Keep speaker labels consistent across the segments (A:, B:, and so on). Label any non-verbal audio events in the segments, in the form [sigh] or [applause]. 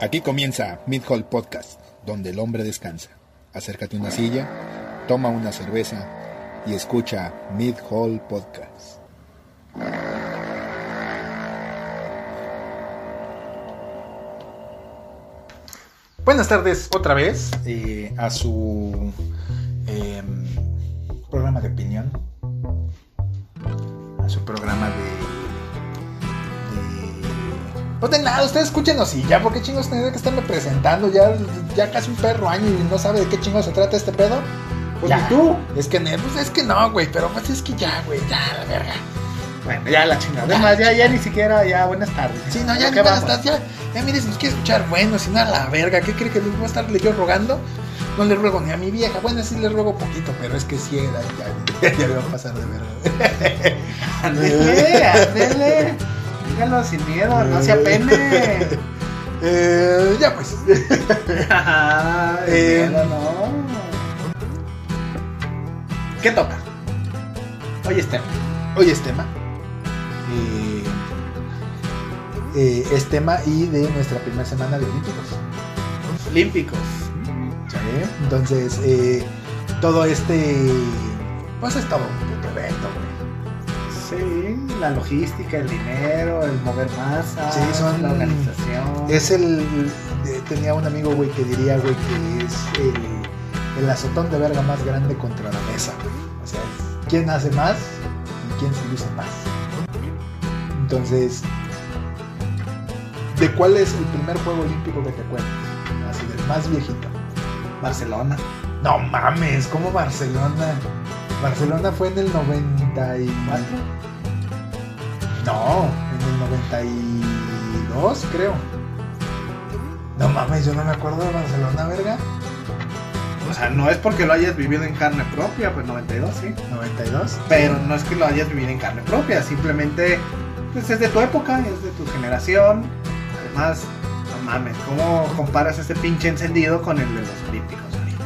A: Aquí comienza Midhall Podcast, donde el hombre descansa. Acércate a una silla, toma una cerveza y escucha Midhall Podcast. Buenas tardes otra vez
B: este,
A: eh, a su eh,
B: em,
A: programa de opinión, a su programa de... de- Pues de nada, ustedes escúchenos y ya, porque chingos tendría que estarme presentando? Ya, ya casi un perro año y no sabe de qué chingos se trata este pedo.
B: Pues
A: Ya.
B: ni tú.
A: Es que, ne- pues es que no, güey, pero pues es que ya, güey, ya, la verga.
B: Bueno, ya la chingada. Es más, ya, ya ni siquiera, ya buenas tardes.
A: Sí, no, ya ni
B: ¿Qué
A: van a
B: vamos?
A: estar, ya, ya mire, si nos quiere escuchar, bueno, si no a la verga, ¿qué cree que les voy a estarle yo rogando? No le ruego ni a mi vieja, bueno, sí le ruego poquito, pero es que sí, era, ya, [laughs] ya, le va a pasar de verga.
B: Ándele, ándele. Dígalo sin miedo, no se apene.
A: [laughs] Eh, ya pues,
B: [laughs] Ay,
A: Eh.
B: miedo, no. ¿Qué toca? Oye, Esteban.
A: hoy es tema. Eh, eh, es tema y de nuestra primera semana de Olímpicos.
B: Olímpicos.
A: Sí, Entonces, eh, todo este. Pues es todo un puto evento, güey.
B: Sí, la logística, el dinero, el mover masa,
A: Sí, son-
B: la organización.
A: Es el. eh, tenía un amigo, güey, que diría, güey, que es el, el azotón de verga más grande contra la mesa, güey. O sea, es quién hace más y quién se luce más. Entonces, ¿de cuál es el primer juego olímpico que te acuerdas? Así del más viejito.
B: Barcelona.
A: No mames, ¿cómo Barcelona? Barcelona fue en el 94.
B: ¿Cuatro?
A: No, en el 92, creo. No mames, yo no me acuerdo de Barcelona, verga.
B: O sea, no es porque lo hayas vivido en carne propia, pues 92, sí.
A: 92.
B: Pero no es que lo hayas vivido en carne propia, simplemente pues, es de tu época, es de tu generación. Además, no mames, ¿cómo comparas este pinche encendido con el de los Olímpicos ahorita?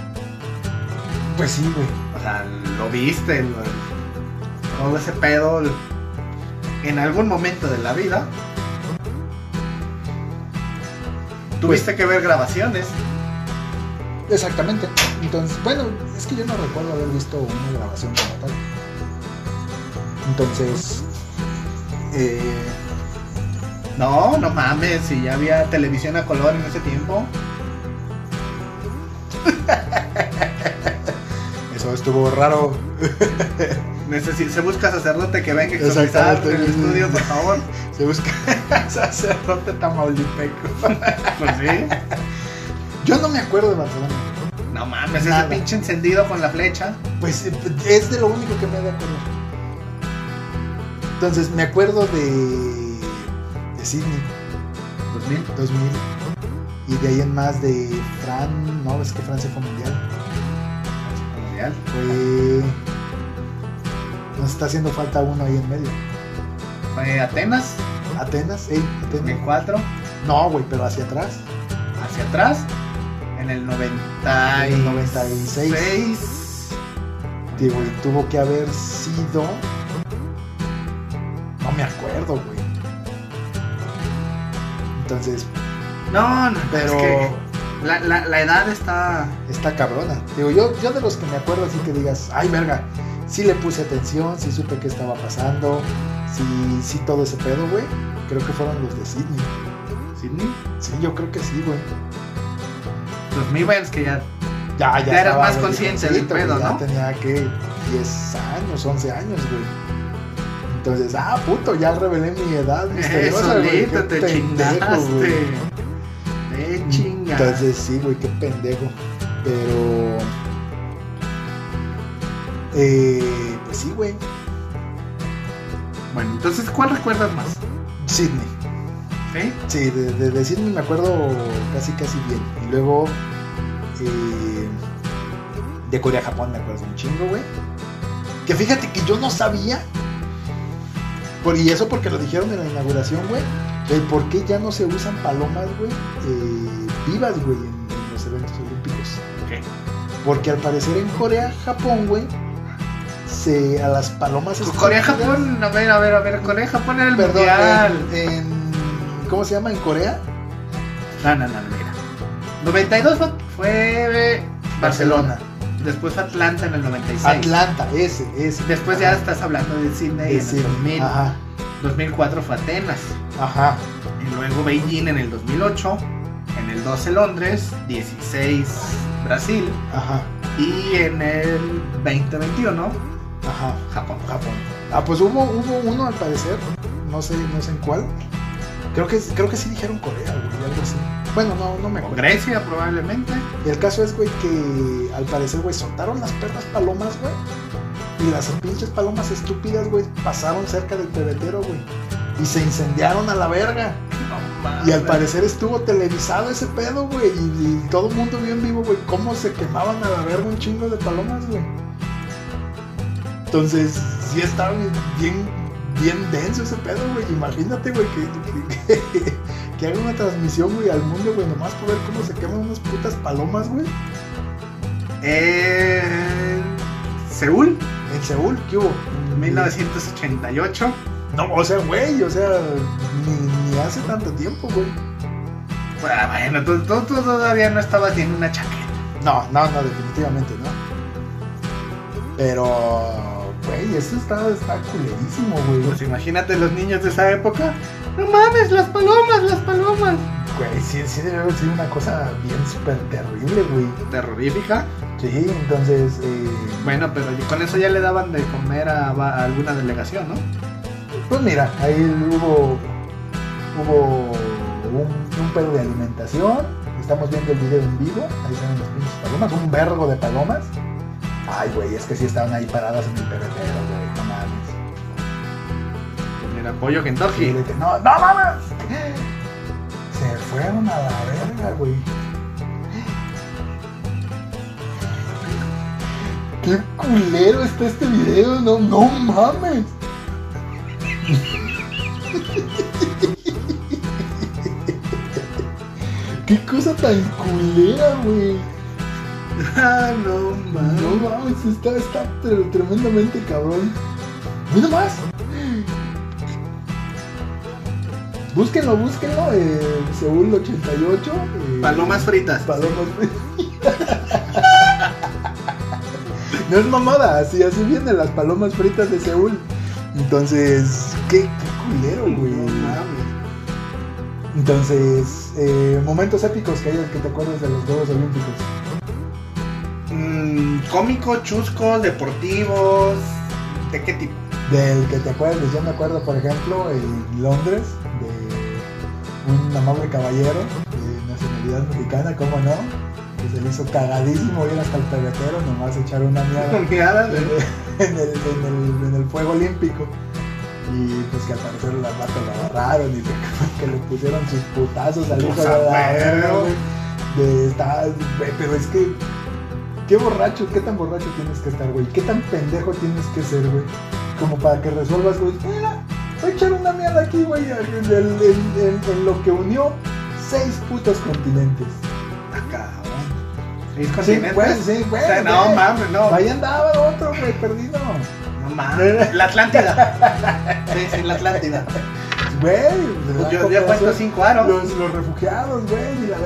A: Pues sí, güey.
B: O sea, lo viste, lo- todo ese pedo el- en algún momento de la vida. Tuviste que ver grabaciones.
A: Exactamente. Entonces, bueno, es que yo no recuerdo haber visto una grabación como tal. Entonces, eh,
B: No, no mames, si ya había televisión a color en ese tiempo.
A: eso estuvo raro.
B: Necesi- si buscas sacerdote que venga a exorcizar
A: Exactamente.
B: el estudio, por favor.
A: Se busca [laughs] sacerdote tamaulipeco.
B: Pues sí.
A: Yo no me acuerdo de Barcelona.
B: No mames,
A: Nada.
B: ese pinche encendido con la flecha.
A: Pues eh, es de lo único que me da acuerdo. Entonces me acuerdo de, de Sydney
B: 2000.
A: 2000 y de ahí en más de Fran, no, es que Francia fue mundial.
B: Mundial.
A: Fue nos está haciendo falta uno ahí en medio.
B: Fue Atenas,
A: Atenas, ey, Atenas.
B: 2004.
A: No, güey, pero hacia atrás.
B: Hacia atrás, en el 90
A: En el 96. Digo, y tuvo que haber sido No me acuerdo, güey. Entonces,
B: No, no,
A: pero
B: pero. Es que la, la- la edad está.
A: está cabrona. Digo, yo, yo de los que me acuerdo así que digas, ay verga, sí le puse atención, sí supe qué estaba pasando, sí, sí todo ese pedo, güey. Creo que fueron los de Sydney.
B: ¿Sydney?
A: Sí, yo creo que sí, güey.
B: Los Mivens que ya.
A: Ya, ya.
B: Ya eras
A: estaba,
B: más
A: güey,
B: consciente del
A: jovencito, güey,
B: pedo,
A: ya
B: ¿no?
A: tenía que 10 años, 11 años, güey. Entonces, ah, puto, ya revelé mi
B: [laughs]
A: edad
B: Eh,
A: misteriosa, güey.
B: solito
A: qué
B: te
A: pendejo, güey.
B: chingaste. Te chingaste.
A: Entonces sí, güey, qué pendejo. Pero. Eh, pues sí, güey.
B: Bueno, entonces, ¿cuál recuerdas más? ¿Eh?
A: Sydney.
B: ¿Sí?
A: Sí, de, de, de Sydney me acuerdo casi, casi bien. Y luego. eh, de Corea a Japón me acuerdo un chingo, güey. Que fíjate que yo no sabía. Por, y eso porque lo dijeron en la inauguración, güey. El por qué ya no se usan palomas, güey. eh, vivas, güey, en- en los eventos olímpicos.
B: Ok.
A: Porque al parecer en Corea, Japón, güey, se, a las palomas. estas-
B: Corea, Japón, a ver, a ver, a ver, Corea, Japón era el
A: Perdón,
B: mundial.
A: en, en- ¿Cómo se llama? En Corea
B: No, no, no, mira. 92 fue, fue Barcelona. Después fue Atlanta en el 96.
A: Atlanta, ese, ese.
B: Después ya estás hablando de
A: De
B: Sydney en el
A: Sydney,
B: 2000.
A: Ajá,
B: 2004 fue Atenas.
A: ajá.
B: Y luego Beijing en el 2008. En el 12 Londres. 16 Brasil.
A: Ajá,
B: Y en el 2021
A: ajá.
B: Japón.
A: Japón. Ah, pues hubo, hubo uno al parecer, no sé, no sé en cuál. Creo que, creo que sí dijeron Corea, güey, algo así. Bueno, no, no me
B: O
A: acuerdo.
B: Grecia probablemente.
A: El caso es, güey, que al parecer, güey, soltaron las perras palomas, güey. Y las pinches palomas estúpidas, güey, pasaron cerca del pebetero, güey. Y se incendiaron a la verga. Y al parecer estuvo televisado ese pedo, güey. Y, y todo el mundo vio en vivo, güey, cómo se quemaban a la verga un chingo de palomas, güey. Entonces, sí estaba bien, bien, bien denso ese pedo, güey. Imagínate, güey, que, que, que- que haga una transmisión, güey, al mundo, güey, nomás por ver cómo se queman unas putas palomas, güey.
B: Eh, Seúl,
A: En Seúl, ¿qué hubo?
B: 1988.
A: No, o sea, güey, o sea, ni, ni hace tanto tiempo, güey.
B: Ah, Bueno, tú, tú- tú todavía no estabas ni en una chaqueta.
A: No, no, no, definitivamente no. Pero, güey, esto está, está culerísimo, güey.
B: Pues imagínate los niños de esa época. No mames, las palomas, las palomas.
A: Güey, sí, sí debe haber sido una cosa bien súper terrible, güey.
B: Terrorífica.
A: Sí, entonces, eh,
B: Bueno, pero con eso ya le daban de comer a, va- a alguna delegación, ¿no?
A: pues mira, ahí hubo, hubo un, un pedo de alimentación. Estamos viendo el video en vivo. Ahí salen las pinches palomas, un vergo de palomas. Ay, güey, es que sí estaban ahí paradas en el perretero, güey, no mames.
B: El apoyo
A: Y
B: Kentucky.
A: de que, no, no mames. Se fueron a la verga, güey. Qué culero está este video, no, no mames. Qué cosa tan culera, güey.
B: [laughs] Ah, no mames.
A: No mames, está, está tre- tremendamente cabrón. Mira más. Búsquenlo, búsquenlo. Eh, Seúl 88. eh,
B: Palomas fritas.
A: [laughs] Palomas. no es mamada, así, así vienen las palomas fritas de Seúl. Entonces, qué, qué culero, güey.
B: No mames.
A: Entonces, eh, momentos épicos que hayas que te acuerdas de los Juegos Olímpicos.
B: Mm, cómicos, chuscos, deportivos. ¿De
A: [laughs]
B: qué tipo?
A: Del que te acuerdas, yo me acuerdo, por ejemplo, en Londres, de un amable caballero de nacionalidad mexicana, ¿cómo no? Que se le hizo cagadísimo ir hasta el pebetero, nomás echar una
B: [laughs]
A: mierda
B: Miradas, ¿eh?
A: en el, en el- en el fuego olímpico. Y pues que al parecer las patas lo agarraron y que, que le [laughs] pusieron sus putazos al hijo
B: Pues,
A: de
B: a
A: la verga,
B: huevo.
A: güey. De estar- güey, pero es que, qué borracho, qué tan borracho tienes que estar, güey. Qué tan pendejo tienes que ser, güey. Como para que resuelvas, güey. Mira, voy a echar una mierda aquí, güey. En, en- en- en- en lo que unió seis putos continentes.
B: Acá, ¿no? ¿Seis
A: Sí, güey,
B: continentes?
A: sí, güey.
B: O sea, no
A: güey.
B: mames, no.
A: Ahí andaba el otro, güey, perdido.
B: No mames. La Atlántida.
A: [laughs]
B: Sí, sí, la Atlántida.
A: Güey,
B: Pues
A: la
B: Yo, yo cuento
A: cooperación-
B: cinco aros.
A: los, los refugiados, güey, y la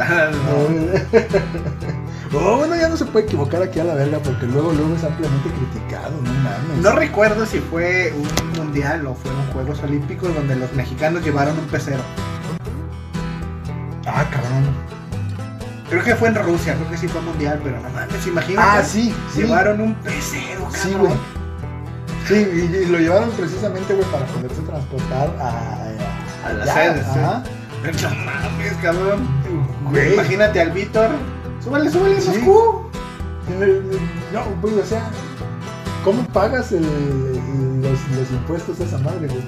A: verga.
B: [laughs] No.
A: [laughs] Oh, bueno, ya no se puede equivocar aquí a la verga porque luego, luego es ampliamente criticado, no mames.
B: No recuerdo si fue un mundial o fueron Juegos Olímpicos donde los mexicanos llevaron un pecero.
A: ah, cabrón.
B: Creo que fue en Rusia, creo que sí fue mundial, pero no mames, imagínate.
A: Ah, sí, sí.
B: Llevaron un pecero, cabrón.
A: Sí, güey. Sí, y, y lo llevaron precisamente, güey, para poderse transportar a.
B: A la
A: allá,
B: sede, sí.
A: ajá.
B: No mames, cabrón.
A: Güey.
B: Imagínate al Víctor. Súbale, súbale,
A: Sí. Eh,
B: Moscú.
A: No, güey, o sea, ¿cómo pagas el- los, los impuestos de esa madre, güey?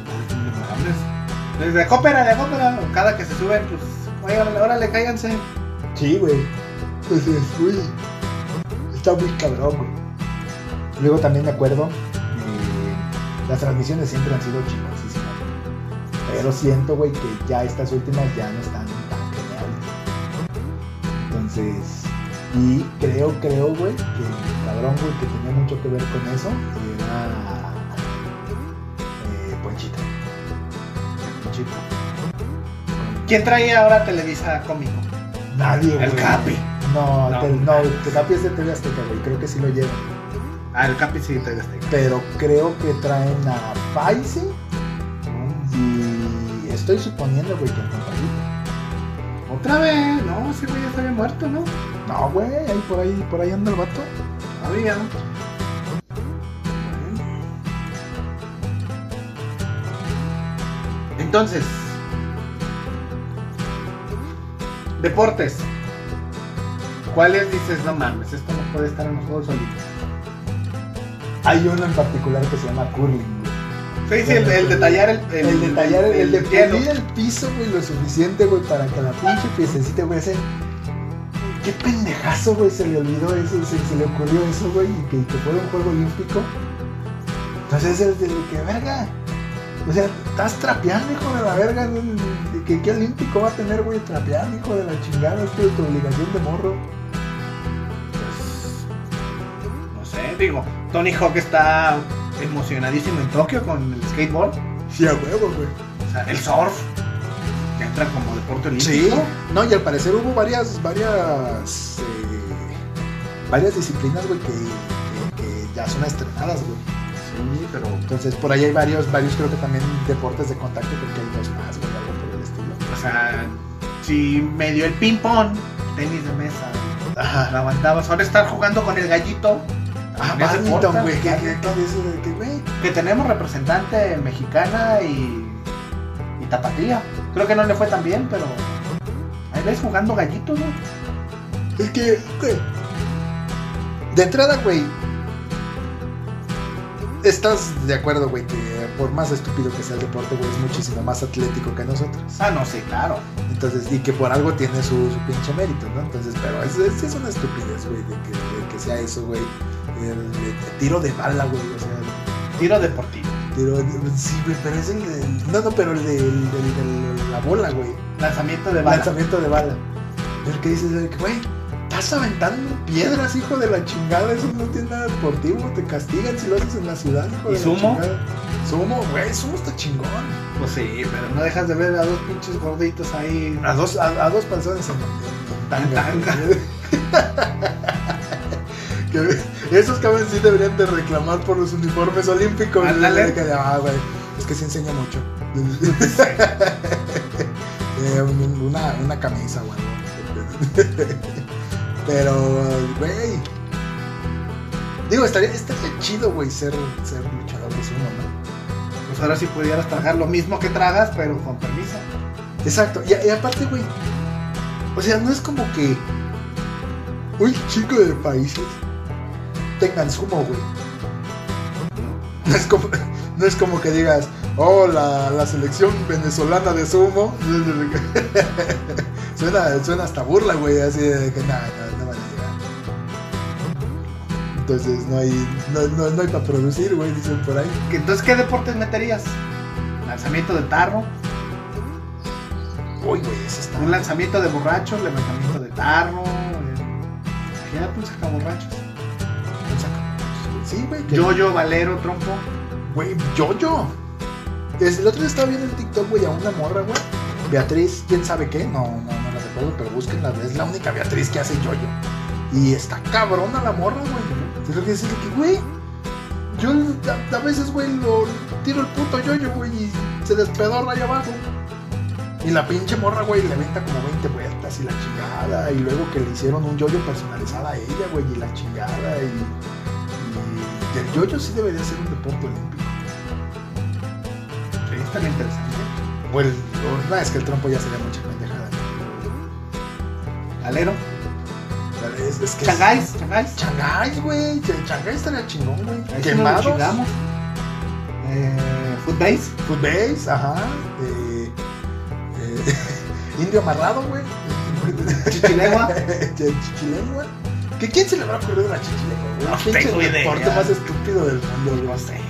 B: Desde cópera, de cópera. Cada que se suben, pues, oye, órale, órale, cáiganse.
A: Sí, güey. Entonces, uy, está muy cabrón, güey. Luego también me acuerdo, eh, las transmisiones siempre han sido chingosísimas. Pero siento, güey, que ya estas últimas ya no están tan geniales. Entonces, y creo, creo, güey, que el cabrón, güey, que tenía mucho que ver con eso era eh, Ponchita. Ponchita.
B: ¿Quién trae ahora Televisa cómico?
A: Nadie, güey.
B: El Capi.
A: No,
B: No.
A: te- no, te cambias de TV Azteca, güey. Creo que sí lo llevan.
B: Ah, el Capi sí trae este.
A: Pero creo que traen a Faisy y estoy suponiendo, güey, que el Compadrito.
B: Otra vez, no, ese güey ya está bien muerto, ¿no?
A: No, güey, ahí por ahí, por ahí anda el vato.
B: Había. Entonces, deportes. ¿Cuáles dices, no mames, esto no puede estar en los Juegos Olímpicos?
A: Hay uno en particular que se llama curling, güey.
B: Sí, sí, el, el detallar el,
A: El, de tallar, el, de
B: hielo.
A: pulir el piso, güey, lo suficiente, güey, para que la pinche piececita, güey, ese. Qué pendejazo, güey, se le olvidó eso, se, se le ocurrió eso, güey, y que, que fuera un juego olímpico. Entonces es de lo que, verga. O sea, estás trapeando, hijo de la verga. ¿no? ¿Qué, qué olímpico va a tener, güey, trapear, hijo de la chingada? Esto es tu obligación de morro.
B: Pues, no sé, digo, Tony Hawk está emocionadísimo en Tokio con el skateboard.
A: Sí, a huevo, güey.
B: O sea, el surf ya entra como deporte olímpico.
A: Sí, no, y al parecer hubo varias, varias, eh, varias disciplinas, güey, que, que- que ya son estrenadas, güey.
B: Sí, pero
A: Entonces, por ahí hay varios, varios creo que también deportes de contacto, porque hay dos más, güey, algo por el estilo.
B: O sea, si medio el ping-pong, tenis de mesa,
A: Ajá.
B: la aguantabas. Ahora estar jugando con el gallito,
A: Ah,
B: ¿Ese
A: badminton,
B: deporte?
A: güey, que, que, que, de eso de que, güey,
B: que tenemos representante mexicana y, y tapatía. Creo que no le fue tan bien, pero ahí ves jugando gallito, ¿no?
A: es que, güey, de entrada, güey, estás de acuerdo, güey, que por más estúpido que sea el deporte, güey, es muchísimo más atlético que nosotros.
B: Ah, no, sí, claro.
A: Entonces, y que por algo tiene su, su pinche mérito, ¿no? Entonces, pero es, es, es una estupidez, güey, de que, de que sea eso, güey. El, el tiro de bala, güey, o sea, el
B: Tiro deportivo.
A: tiro. Sí, güey, pero es el. del- no, no, pero el de la bola, güey.
B: Lanzamiento de bala.
A: Lanzamiento de bala. Pero que dices, de que, güey, estás aventando piedras, hijo de la chingada, eso no tiene nada deportivo, te castigan si lo haces en la ciudad, hijo
B: ¿Y
A: de
B: sumo?
A: la chingada. Sumo, güey, sumo está chingón.
B: Pues sí, pero no dejas de ver a dos pinches gorditos ahí.
A: A dos, a, a dos personas en, en
B: Tan, tanga.
A: [laughs] Que esos cabrones sí deberían de reclamar por los uniformes olímpicos. De
B: Ándale.
A: que, ah, güey, es que sí enseña mucho. Eh, un- una, una camisa, güey. [laughs] Pero, güey. Digo, estaría, estaría chido, güey, ser, ser luchador de sumo, ¿no?
B: Pues ahora sí pudieras tragar lo mismo que tragas, pero con permiso.
A: Exacto. Y, y aparte, güey. O sea, no es como que un chico de países tengan sumo, güey. No es como, [laughs] no es como que digas, oh, la, la selección venezolana de sumo. [laughs] suena, suena hasta burla, güey, así de que nada, no, no van a llegar. Entonces no hay, no, no, no hay para producir, güey, dicen por ahí.
B: Que Entonces, ¿qué deportes meterías? Lanzamiento de tarro,
A: Uy, güey, eso está.
B: un lanzamiento de borrachos, levantamiento de tarro. eh, Imagínate un sacaborrachos.
A: Sí, güey. que-
B: Yoyo, valero, trompo.
A: Güey, yo-yo. Es- El otro día estaba viendo en TikTok, güey, a una morra, güey. Beatriz, quién sabe qué, no, no, no la recuerdo, pero búsquenla, es la única Beatriz que hace yo-yo. Y está cabrona la morra, güey. Entonces lo que decirle que, güey, yo a, a veces, güey, lo tiro el puto yo-yo, güey, y se despedorra allá abajo. Y la pinche morra, güey, le venta como 20 vueltas y la chingada. Y luego que le hicieron un yo-yo personalizado a ella, güey, y la chingada. Y y el yoyo sí debería ser un deporte olímpico.
B: Sí, está bien interesante. ¿eh?
A: Bueno, no, es que el trompo ya sería mucha pendejada.
B: Valero.
A: Es, es que
B: Changáis, changáis.
A: Changáis, güey. Ch- Changáis estaría chingón, güey.
B: Ahí sí nos lo
A: Quemados.
B: chingamos. Eh, Footbase.
A: Footbase, Pues, ajá. Eh, eh, [laughs] indio amarrado, güey. [laughs]
B: Chichilegua. [laughs]
A: Ch- Chichilengua. ¿Que quién se le habrá ocurrido la chichilengua, güey?
B: No
A: El pinche
B: tengo idea.
A: deporte más estúpido del mundo, güey.
B: sé.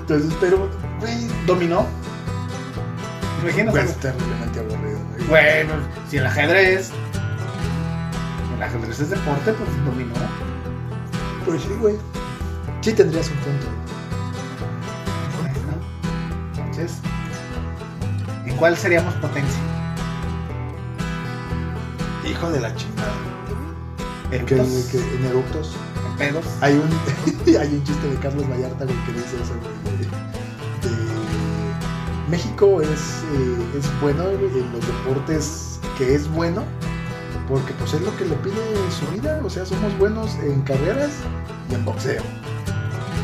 A: Entonces, pero, güey,
B: Dominó. Imagínate.
A: güey, es terriblemente aburrido, güey.
B: Pues, Bueno, si el ajedrez. El ajedrez es deporte, pues dominó.
A: Pues sí, güey. Sí tendrías un punto, güey.
B: Entonces, ¿en cuál seríamos potencia?
A: Hijo de la chingada. Que,
B: Eructos,
A: que en Eructos
B: pedos.
A: hay un, hay un [laughs] chiste de Carlos Vallarta güey, que dice eso, güey, de- de- México es, eh, es bueno en los deportes que es bueno, porque pues es lo que le pide su vida, o sea, somos buenos en carreras y en boxeo.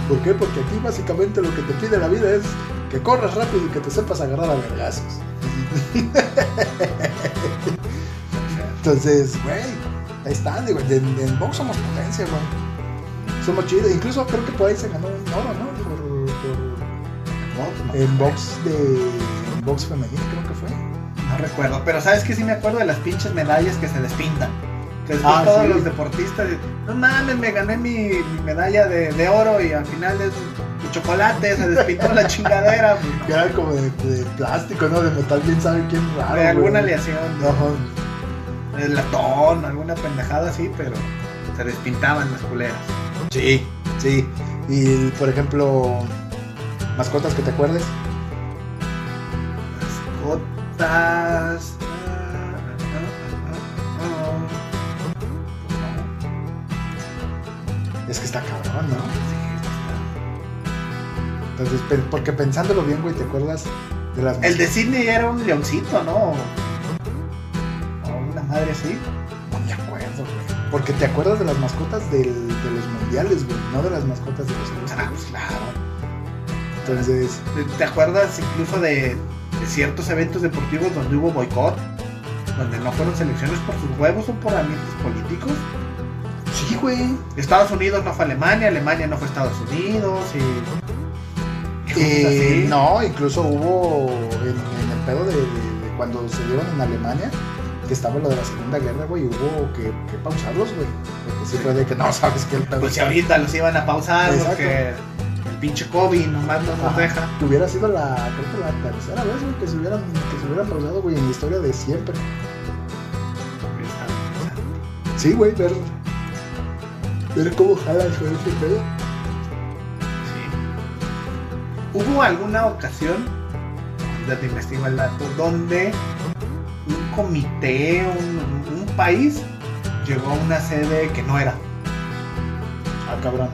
A: ¿Por qué? Porque aquí básicamente lo que te pide la vida es que corras rápido y que te sepas agarrar a vergazos. [laughs] Entonces, güey, ahí está, digo, en, en box somos potencia, güey. Somos chidos. Incluso creo que por ahí se ganó un oro, ¿no? Por, por-
B: pues
A: en box de. En box femenil, creo que fue.
B: No recuerdo, pero sabes que sí me acuerdo de las pinches medallas que se despintan. Que después
A: Ah,
B: todos
A: sí.
B: los deportistas, de, no mames, me gané mi, mi medalla de, de oro y al final es de chocolate, se despintó la [laughs] chingadera. pues, no,
A: Que era como de, de plástico, ¿no? De metal, bien sabe quién raro.
B: de alguna
A: güey.
B: aleación,
A: Ajá.
B: de latón, alguna pendejada así, pero se despintaban las culeras.
A: Sí, sí. Y por ejemplo, mascotas que te acuerdes.
B: Mascotas. ah, ah, ah, ah, ah.
A: Es que está cabrón, ¿no?
B: pues Sí, está.
A: Entonces, pe- porque pensándolo bien, güey, ¿te acuerdas de las
B: El de Sydney era un leoncito, ¿no? O una madre así.
A: No me acuerdo, güey. Porque te acuerdas de las mascotas del- de los mundiales, güey, no de las mascotas de los clubes.
B: Ah, pues claro.
A: Entonces,
B: ¿Te acuerdas incluso de, de ciertos eventos deportivos donde hubo boicot? Donde no fueron selecciones por sus huevos o por ambientes políticos.
A: sí, güey.
B: Estados Unidos no fue Alemania, Alemania no fue Estados Unidos y...
A: Eh,
B: Así.
A: no, incluso hubo en, en el pedo de, de- de cuando se dieron en Alemania, que estaba lo de la Segunda Guerra, güey, hubo que, que pausarlos, güey. Porque sí
B: Sí.
A: fue de que no sabes que el pedo.
B: Pues si ahorita los iban a pausar
A: Exacto.
B: porque el pinche COVID nomás no nos
A: Ajá.
B: deja.
A: Que hubiera sido la, creo que la tercera vez, güey, que se hubieran, que se hubieran pausado, güey, en la historia de siempre. Sí, güey, ver. Ver cómo jala el juego ese pedo.
B: Sí. Hubo alguna ocasión, ya te investigo el dato, donde un comité, un, un país, llegó a una sede que no era.
A: Ah, cabrón.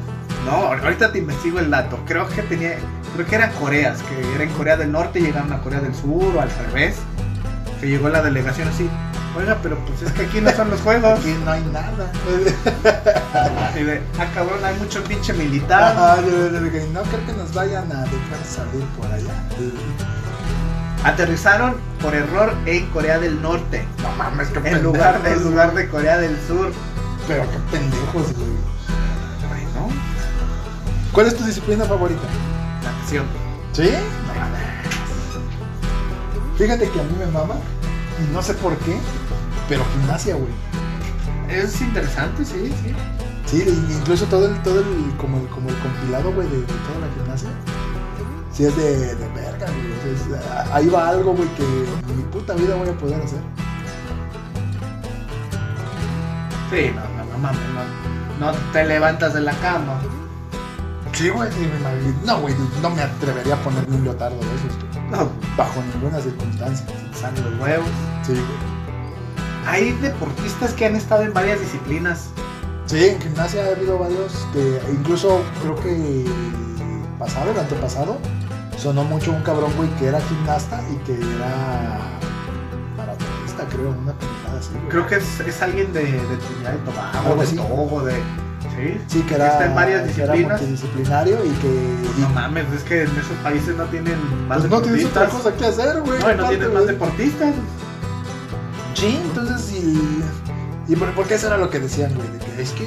B: No, ahorita te investigo el dato. Creo que tenía, creo que eran Coreas, que era en Corea del Norte y llegaron a Corea del Sur o al revés. Que llegó la delegación así, oiga, pero pues es que aquí no son los
A: [laughs]
B: juegos.
A: Aquí no hay nada.
B: Y de, ah cabrón, hay mucho pinche militar.
A: Ajá, [laughs] yo- yo- yo- no creo que nos vayan a dejar salir por allá.
B: Aterrizaron por error en Corea del Norte.
A: No mames, qué
B: En lugar, de- en lugar de Corea del Sur.
A: Pero qué pendejos, güey.
B: Bueno,
A: ¿Cuál es tu disciplina favorita?
B: natación.
A: ¿Sí? Fíjate que a mí me mama, y no sé por qué, pero gimnasia, güey.
B: Es interesante, sí, sí.
A: Sí, e incluso todo el, todo el, como el, como el compilado, güey, de, de toda la gimnasia. Sí, es de, de verga, güey. o sea, es- a- ahí va algo, güey, que en mi puta vida voy a poder hacer.
B: Sí, no, no, no mames, no. No te levantas de la cama.
A: Sí, güey. No, güey, no me atrevería a ponerme un leotardo de esos, güey,
B: No,
A: Bajo ninguna circunstancia.
B: salen los huevos.
A: Sí, güey.
B: Hay deportistas que han estado en varias disciplinas.
A: Sí, en gimnasia ha habido varios que incluso creo que el pasado, el antepasado, sonó mucho un cabrón, güey, que era gimnasta y que era maratonista, creo, una pendejada así, güey.
B: Creo que es, es alguien de, de Trinidad y Tobago,
A: Algo
B: de
A: así.
B: Togo, de. Sí.
A: Sí, que era,
B: Está en varias
A: que era
B: disciplinas.
A: multidisciplinario y que y,
B: No mames, es que en esos países no tienen más
A: pues, no tienes otra
B: deportistas.
A: cosa que hacer, güey.
B: No, y no
A: aparte,
B: tienen más
A: güey.
B: deportistas.
A: Sí, entonces y, y por- porque eso era lo que decían, güey, de que es que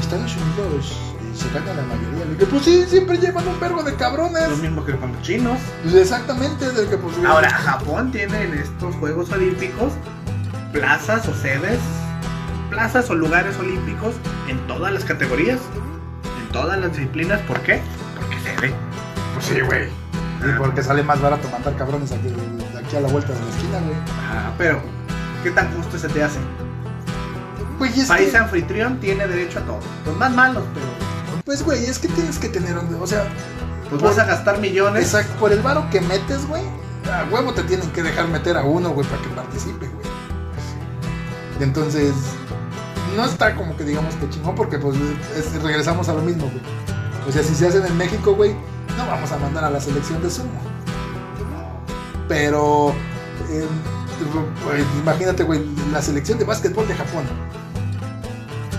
A: Estados Unidos eh, se gana la mayoría. De que pues sí, siempre llevan un vergo de cabrones.
B: Lo mismo que con los chinos.
A: Pues, exactamente, de que pues güey,
B: Ahora, Japón tiene en estos Juegos Olímpicos plazas o sedes, plazas o lugares olímpicos en todas las categorías, en todas las disciplinas. ¿Por qué? Porque se ve. Ah,
A: pues sí, güey. Y porque sale más barato matar cabrones aquí, de aquí a la vuelta de la esquina, güey.
B: Ah, pero, ¿qué tan justo se te hace?
A: Güey, y es
B: País
A: que-
B: anfitrión tiene derecho a todo. Los más malos, pero
A: pues güey, es que tienes que tener, o sea,
B: pues vas a gastar millones.
A: Exacto, por el varo que metes, güey. A huevo te tienen que dejar meter a uno, güey, para que participe, güey. Entonces, no está como que digamos que chingón, porque pues es- regresamos a lo mismo, güey. O sea, si se hacen en México, güey, no vamos a mandar a la selección de sumo. Pero, eh, pues, imagínate, güey, la selección de básquetbol de Japón.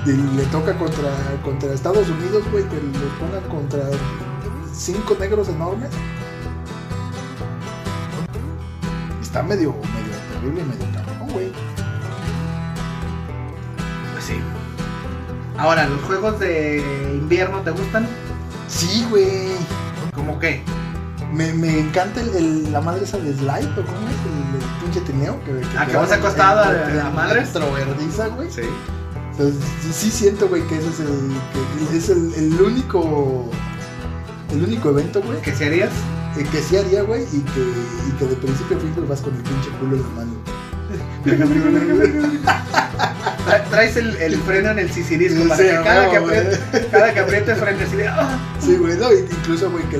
A: Y le toca contra, contra Estados Unidos, güey, que le pongan contra cinco negros enormes. Está medio, medio terrible y medio cabrón, güey.
B: Pues sí. Ahora, ¿los juegos de invierno te gustan?
A: Sí, güey.
B: ¿Cómo qué?
A: Me, me encanta el, el- la madre esa de Slide, ¿o cómo es? El, el pinche trineo que,
B: Ah, que
A: te
B: vas
A: dan en-
B: acostado
A: en-
B: a la-
A: en-
B: la madre.
A: Extrovertiza, güey.
B: Sí.
A: O sea, sí, sí siento, güey, que ese es el, que es el, el único el único evento, güey,
B: ¿Qué si harías?
A: eh, que sí haría, güey, y que, y que de principio a fin pues, vas con el pinche culo en la mano.
B: Tra- Traes el, el freno en el sisirisco para
A: Sí,
B: que
A: a
B: cada,
A: huevo,
B: que
A: güey.
B: aprietes, cada que aprietes frente así de, "Ah".
A: Sí, güey, no, incluso, güey, que,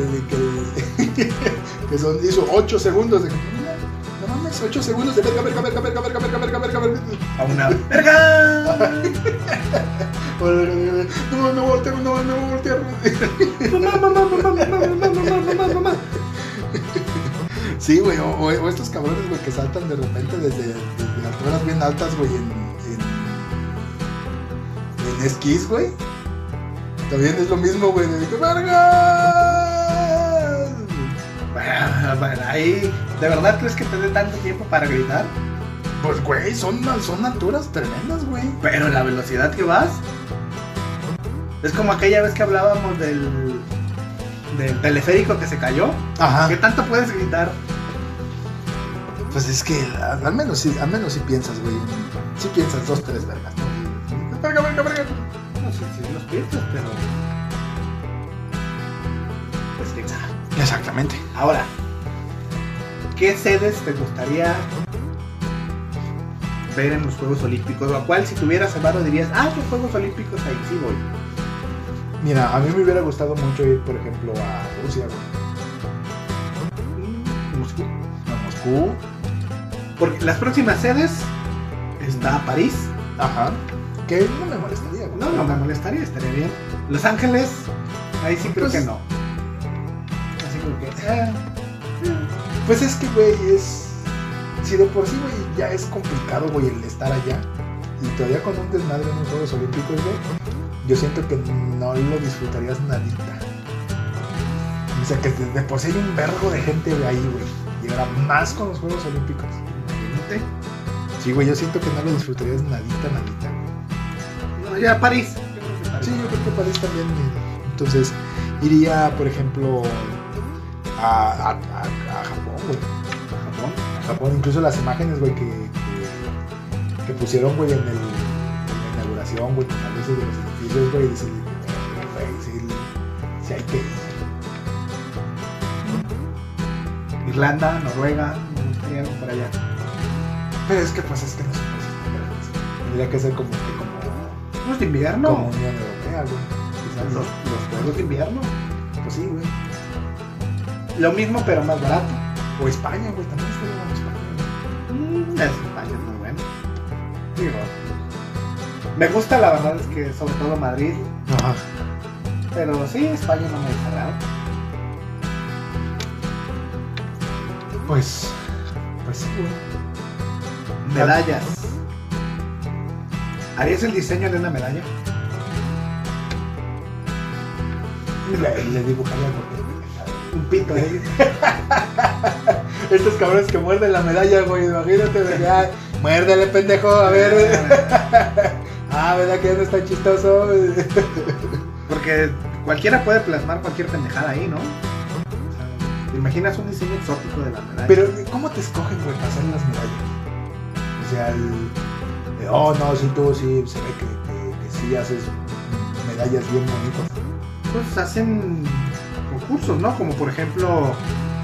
A: que, [laughs] que son, hizo 8 segundos de... No mames, 8 segundos de verga, verga, verga, verga, verga, verga, verga, verga, verga.
B: a una [laughs] verga.
A: No, no volteo, no, no volteo.
B: Mamá, mamá, mamá, mamá, mamá, mamá, mamá, mamá.
A: Sí, güey, o, o- o estos cabrones, güey, que saltan de repente desde, desde alturas bien altas, güey, en, en, en esquís, güey. También es lo mismo, güey, de que ¡Verga!
B: Bueno, bueno, ahí, ¿de verdad crees que te dé tanto tiempo para gritar?
A: Pues, güey, son, son alturas tremendas, güey.
B: Pero la velocidad que vas es como aquella vez que hablábamos del, del teleférico que se cayó.
A: Ajá.
B: ¿Qué tanto puedes gritar?
A: Pues es que a- al menos sí, al menos sí piensas, güey. Sí piensas dos, tres vergas. ¿no? Verga, verga, verga.
B: No sé si los piensas, pero. Pues quién sabe.
A: Exactamente.
B: Ahora, ¿qué sedes te gustaría ver en los Juegos Olímpicos? ¿O a cuál si tuvieras el varo dirías, ah, los Juegos Olímpicos ahí sí voy?
A: Mira, a mí me hubiera gustado mucho ir, por ejemplo, a Rusia, güey.
B: Mm, Moscú.
A: A Moscú.
B: Mm, uh, Porque las próximas sedes está París.
A: Ajá. Que no me molestaría, güey.
B: No, no me molestaría, estaría bien. Los Ángeles, ahí sí creo
A: Pues-
B: que no. Así creo que. eh,
A: Ah, Pues es que, güey, es. Si de por sí, güey, ya es complicado, güey, el estar allá. Y todavía con un desmadre en los Juegos Olímpicos, güey. Yo siento que no lo disfrutarías nadita. O sea, que de, de por sí hay un vergo de gente güey, ahí, güey. Y ahora más con los Juegos Olímpicos.
B: imagínate.
A: Sí, güey, yo siento que no lo disfrutarías nadita, nadita, güey.
B: No, ya París. Yo creo que París.
A: Sí, yo creo que París también. eh, Entonces, iría, por ejemplo, a, a- a- a Japón, güey.
B: Japón.
A: A Japón, incluso las imágenes, güey, que, que, que pusieron, güey, en, el- en la inauguración, güey, con las luces de los edificios, güey, dice, güey, sí, sí hay que ir.
B: Irlanda, Noruega, me gustaría algo por allá.
A: Pero es que, pues, es que no se puede. Tendría que ser como, que como,
B: Los de invierno.
A: como Unión Europea, güey. Quizás,
B: Los, los juegos de invierno.
A: Pues sí, güey.
B: Lo mismo, pero más barato.
A: O España, güey, también estaría bueno España, güey.
B: Mm, España es muy bueno. Digo, me gusta, la verdad es que sobre todo Madrid.
A: Ajá.
B: Pero sí, España no me desagrada.
A: Pues, pues sí, güey.
B: Medallas. ¿Harías el diseño de una medalla?
A: Le, le dibujaría porque...
B: Un ¿eh? pito ahí.
A: Estos cabrones que muerden la medalla, güey, imagínate, de que, "Ay, muérdele, pendejo, a ver. eh. Ah, ¿verdad que ya no está chistoso?
B: Porque cualquiera puede plasmar cualquier pendejada ahí, ¿no? O sea, ¿te imaginas un diseño exótico de la medalla?
A: Pero, ¿cómo te escogen, güey, para hacer las medallas? O sea, el, eh, oh, no, sí, tú sí, se ve que, que- que sí haces medallas bien bonitas. [laughs]
B: pues hacen concursos, ¿no? Como por ejemplo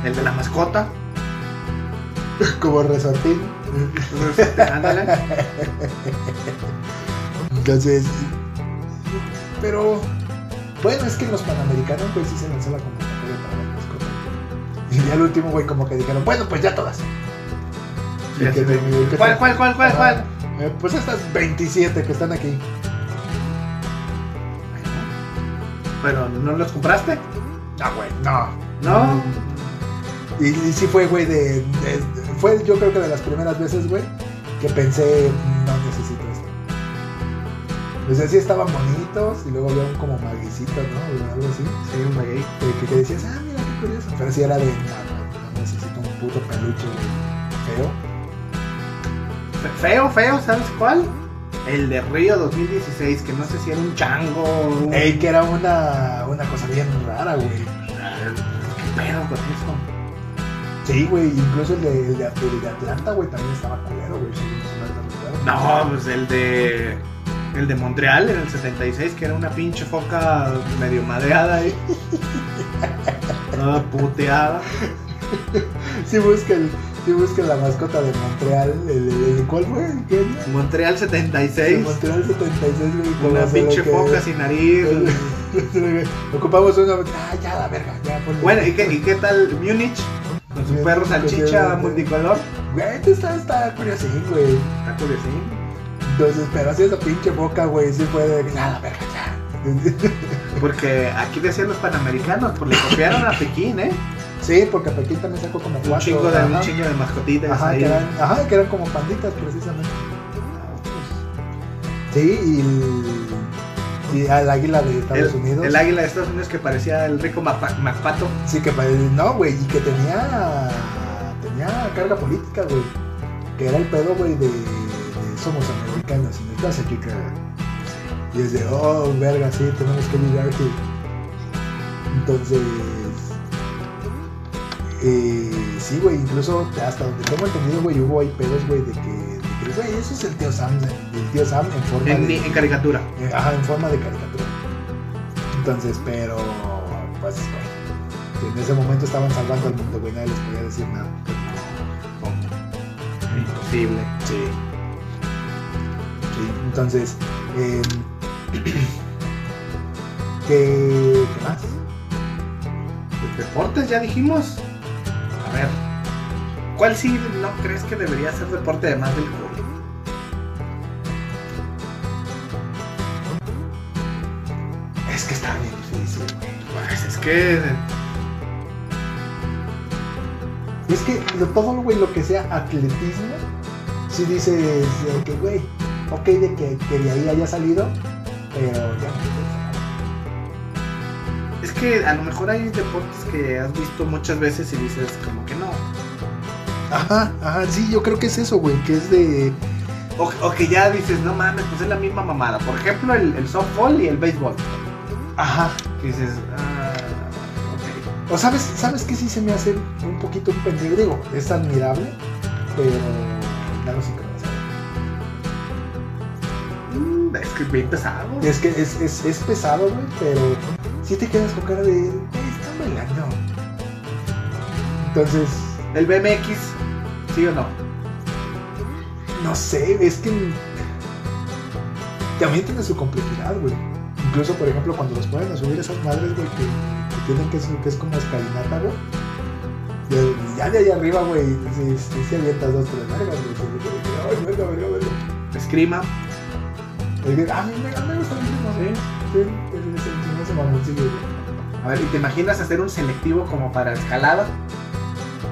B: el de la mascota.
A: Como resortín.
B: Entonces, este, ándale.
A: Entonces, pero, bueno, es que en los panamericanos, güey, sí se lanzó la convocatoria para las mascotas. Y ya el último, güey, como que dijeron, bueno, pues ya todas.
B: Sí, así de, ¿Cuál, cuál, cuál, cuál, cuál?
A: Eh, Pues estas 27 que están aquí.
B: Pero no los compraste,
A: No, güey, no.
B: ¿no?
A: Y, y sí fue, güey, de, de- Fue yo creo que de las primeras veces, güey, que pensé, "Mm, no necesito esto. O sea, sí estaban bonitos y luego vieron como maguicitos, ¿no? O algo así.
B: Sí, un maguey.
A: Que, que decías, ah, mira, qué curioso. Pero sí era de, no, no, no necesito un puto peluche, güey, feo.
B: Fe- Feo, feo, ¿sabes cuál? El de Río 2016, que no sé si era un chango. un-
A: Ey, que era una, una cosa bien rara, güey.
B: ¿Qué pedo con eso?
A: Sí, güey, incluso el de, el de, el de Atlanta, güey, también estaba culero, güey. sí, sí, no está culero.
B: No, pues el de. El de Montreal en el 76, que era una pinche foca medio madreada [laughs] ahí. Toda puteada.
A: Si busca, el- sí busca la mascota de Montreal, el, el- el- ¿cuál fue? ¿Qué?
B: Montreal
A: De
B: 76.
A: Montreal 76, güey. como
B: Una
A: se ve
B: pinche
A: que-
B: foca sin nariz.
A: [laughs] Ocupamos una. Ah, ya, la verga, ya. ponle.
B: Bueno, ¿y qué, y qué tal Múnich? Con su perro salchicha multicolor.
A: Güey, esto está, está curiosín, güey.
B: Está curiosín.
A: Entonces, pero así esa pinche boca, güey, sí fue de. Ya, la verga, ya. [laughs]
B: Porque aquí decían los panamericanos, pues le copiaron a Pekín, ¿eh?
A: Sí, porque Pekín también sacó como cuatro.
B: Un chingo de, un
A: ajá.
B: chingo de mascotitas
A: Ajá,
B: ahí.
A: que eran, ajá, que eran como panditas precisamente. Sí, y, el- y al águila de Estados
B: El,
A: Unidos.
B: el águila de Estados Unidos que parecía el rico Mac- Macpato.
A: Sí, que pare- no, güey, y que tenía tenía carga política, güey. Que era el pedo, güey, de, de somos americanos y no estás aquí, cabrón. Y es de, oh, verga, sí, tenemos que vivir aquí. Entonces, eh, sí, güey, incluso hasta donde tengo entendido, güey, hubo ahí pedos, güey, de que, de que, güey, eso es el tío Sam, el tío Sam en forma
B: En,
A: de...
B: en caricatura.
A: Eh, Ajá, en forma de caricatura. Entonces, pero. Pues, güey. En ese momento estaban salvando al mundo, güey. Nadie les podía decir nada.
B: Imposible.
A: Sí. Sí, entonces. Eh, [clears throat] ¿qué, ¿Qué más?
B: Deportes, ya dijimos. A ver. ¿Cuál sí no crees que debería ser deporte además del culo?
A: Es que está bien difícil, güey.
B: Pues es que.
A: Es que lo- todo, güey, lo que sea atletismo, si dices eh, que, güey, ok, de que, que de ahí haya salido, pero ya.
B: Es que a lo mejor hay deportes que has visto muchas veces y dices como que no.
A: Ajá, ajá, sí, yo creo que es eso, güey, que es de.
B: O, o que ya dices, no mames, pues es la misma mamada. Por ejemplo, el, el softball y el béisbol.
A: Ajá,
B: Que dices, ah, ok.
A: O sabes, sabes que sí se me hace un poquito un pendejo. Digo, es admirable, pero no lo sincronizado.
B: Mm, es que es bien pesado.
A: Es que es, es, es pesado, güey, pero si te quedas con cara de. "Güey, está bailando. Entonces,
B: El BMX, ¿sí o no?
A: no sé, es que también tiene su complejidad, güey. Incluso, por ejemplo, cuando los ponen a subir esas madres, güey, que, que tienen que, su- que es como escalinata, güey. Ya- Ya de allá arriba, güey, si, si, si avientas dos, tres largas, güey. se- Ay, verga, verga, verga.
B: Escrima.
A: El que- ah, me, me gusta mucho, ¿no? Sí, sí, sí, sí, ese mamoncillo, güey.
B: A ver, ¿y te imaginas hacer un selectivo como para escalada?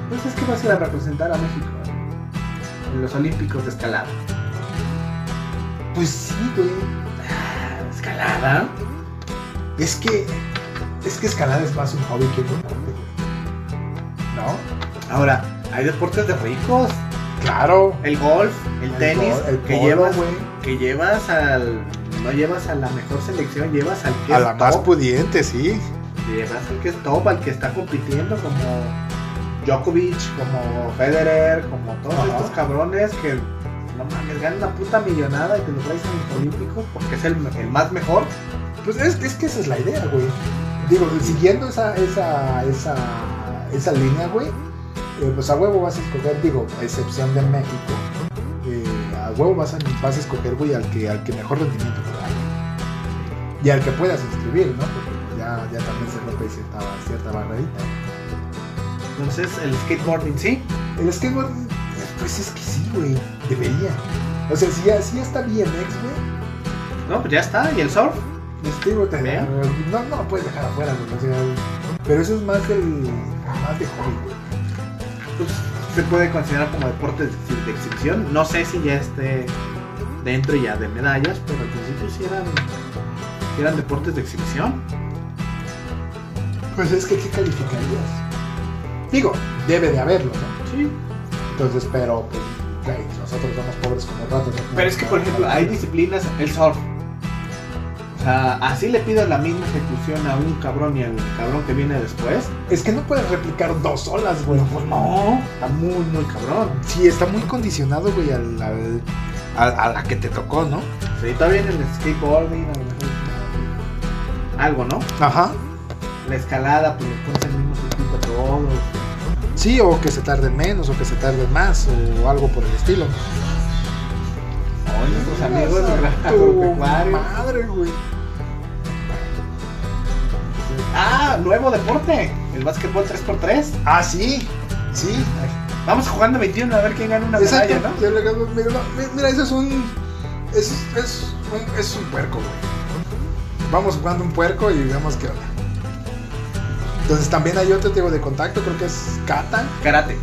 B: Pues es que vas a ir a representar a México ¿eh? en los Olímpicos de escalada.
A: Pues sí, güey.
B: Ah, ¿Escalada?
A: Es que. Es que escalar es más un hobby que un deporte, güey. ¿No?
B: Ahora, hay deportes de ricos.
A: Claro.
B: El golf, el, tenis,
A: polo- el
B: que,
A: polo,
B: llevas,
A: güey.
B: que llevas al... No llevas a la mejor selección, llevas al que
A: A
B: es
A: la más
B: top.
A: pudiente, sí.
B: Llevas al que es top, al que está compitiendo como Djokovic, como Federer, como todos
A: Ajá.
B: estos cabrones que no mames, ganan una puta millonada y te lo traes a los olímpicos porque es el, el más mejor.
A: Pues es, es que esa es la idea, güey. Digo, siguiendo esa, esa, esa, esa línea, güey, eh, pues a huevo vas a escoger, digo, a excepción de México, eh, a huevo vas a, vas a escoger, güey, al que, al que mejor rendimiento te da, güey. Y al que puedas inscribir, ¿no? Porque pues, ya, ya también se rompe cierta, cierta barrerita.
B: Entonces el skateboarding sí,
A: eh, El skateboard, pues es que sí, güey, debería. O sea, sí, ya- sí ya está BMX, güey.
B: No, pues ya está. ¿Y el surf?
A: Este, güey, te-
B: Vea.
A: no, no lo puedes dejar afuera, güey. O sea, pero eso es más del. Más de hobby, güey.
B: Pues, se puede considerar como deporte de, exhi- de exhibición. No sé si ya esté dentro ya de medallas, pero al principio sí pues, eran, sí eran deportes de exhibición.
A: Pues es que, ¿qué calificarías? Digo, debe de haberlo, ¿no?
B: Sí.
A: Entonces, pero, pues, güey, nosotros somos pobres como ratos. ¿no?
B: Pero es que, por ejemplo, hay disciplinas, el surf. O sea, así le pidas la misma ejecución a un cabrón y al cabrón que viene después.
A: Es que no puedes replicar dos olas, güey.
B: Pues no, está muy, muy cabrón.
A: Sí, está muy condicionado, güey, al, al- a, a la que te tocó, ¿no?
B: Sí, está bien el skateboarding, a lo mejor, Algo, ¿no?
A: Ajá.
B: La escalada, pues le pones el mismo circuito a todos.
A: Sí, o que se tarden menos, o que se tarden más, o algo por el estilo.
B: Oye, nuestros amigos
A: Hasta
B: [laughs] los
A: tu
B: agropecuarios.
A: Madre, güey.
B: Ah, nuevo deporte, el básquetbol 3x3.
A: Ah, sí. Sí.
B: Vamos jugando 21 a ver quién gana una
A: Exacto.
B: medalla, ¿no?
A: Yo le digo, Mira, no, mira, eso es un. Es, es, un, es un puerco, güey. Vamos jugando un puerco y vemos qué onda. Entonces también hay otro tipo de contacto, creo que es kata.
B: Karate.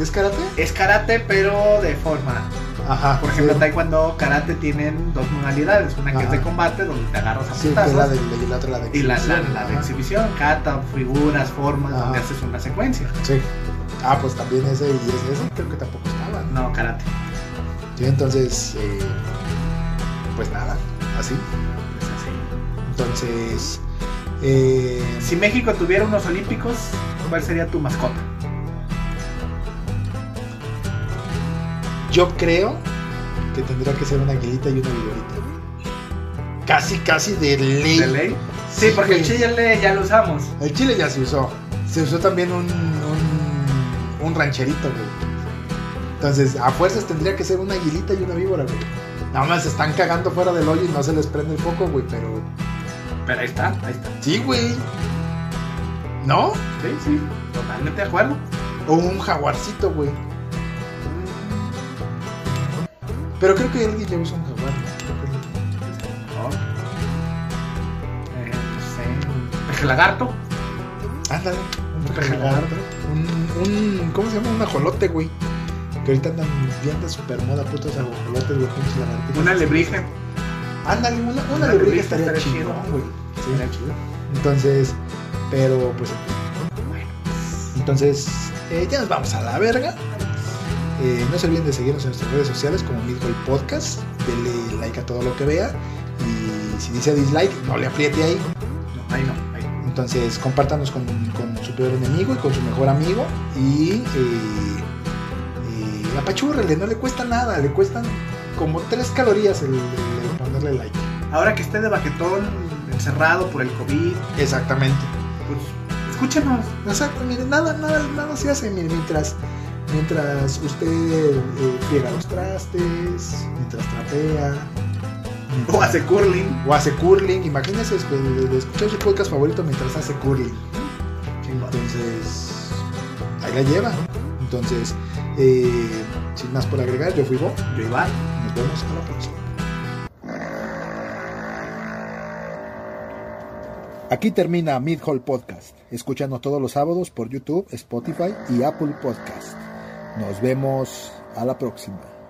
A: ¿Es karate?
B: Es karate, pero de forma.
A: Ajá.
B: Por ejemplo,
A: sí.
B: taekwondo, karate tienen dos modalidades. Una que es de
A: Ajá.
B: combate, donde te agarras a
A: Sí, que
B: putazos,
A: la de, y la otra la de
B: Y la, la- la de
A: Ajá.
B: exhibición, kata, figuras, formas,
A: Ajá.
B: donde haces una secuencia.
A: Sí. Ah, pues también ese y ese, ese creo que tampoco estaba. ¿no?
B: No, karate.
A: Y entonces, eh, pues nada, así.
B: Es así.
A: Entonces, eh,
B: Si México tuviera unos olímpicos, ¿cuál sería tu mascota?
A: yo creo que tendría que ser una aguilita y una vigorita. Casi, casi de ley.
B: ¿De ley? Sí, porque el
A: güey.
B: chile ya lo usamos.
A: El chile ya se usó. Se usó también un, un, un rancherito, güey. Entonces, a fuerzas tendría que ser una aguilita y una víbora, güey. Nada más se están cagando fuera del hoyo y no se les prende el foco, güey, pero.
B: Pero ahí está, ahí está.
A: Sí, güey. ¿No?
B: Sí, sí, totalmente de acuerdo.
A: O un jaguarcito, güey. Pero creo que Elgin le usa un jaguar, ¿no? Creo que Elgin.
B: Oh. Eh, no sé. Pejelagarto.
A: Ándale, un
B: Un
A: jaguar. Un, un. ¿Cómo se llama? Un ajolote, güey. Que ahorita andan bien de super moda, putos ajolotes, güey, pinches lagartijas.
B: Un alebrije.
A: Ándale, una, una,
B: Una
A: alebrije
B: alebrije
A: estaría
B: estaría
A: chido,
B: chido.
A: güey. Sí, chido. Entonces, pero pues.
B: Bueno.
A: Entonces, eh, ya nos vamos a la verga. Eh, no se olviden de seguirnos en nuestras redes sociales como Midway Podcast. Denle like a todo lo que vea. Y si dice dislike, no le apriete ahí.
B: No, ahí no, ahí.
A: Entonces, compártanos con, con su peor enemigo y con su mejor amigo. Y eh, eh, apachúrrele, no le cuesta nada. Le cuestan como 3 calorías el, el- el ponerle like.
B: Ahora que esté de baquetón, encerrado por el COVID,
A: Exactamente.
B: pues escúchenos. [laughs]
A: Exacto, mire, nada, nada, nada se hace, mire, mientras, mientras usted eh, friega los trastes, mientras trapea, mientras-
B: O hace curling.
A: o hace curling, imagínese escu- de- de escuchar su podcast favorito mientras hace curling.
B: Chingón.
A: Entonces, ahí la lleva. Entonces, eh, sin más por agregar, yo fui Bob,
B: Yo igual.
A: nos vemos a la próxima. Aquí termina Mid Hall Podcast. Escúchanos todos los sábados por YouTube, Spotify y Apple Podcast. Nos vemos a la próxima.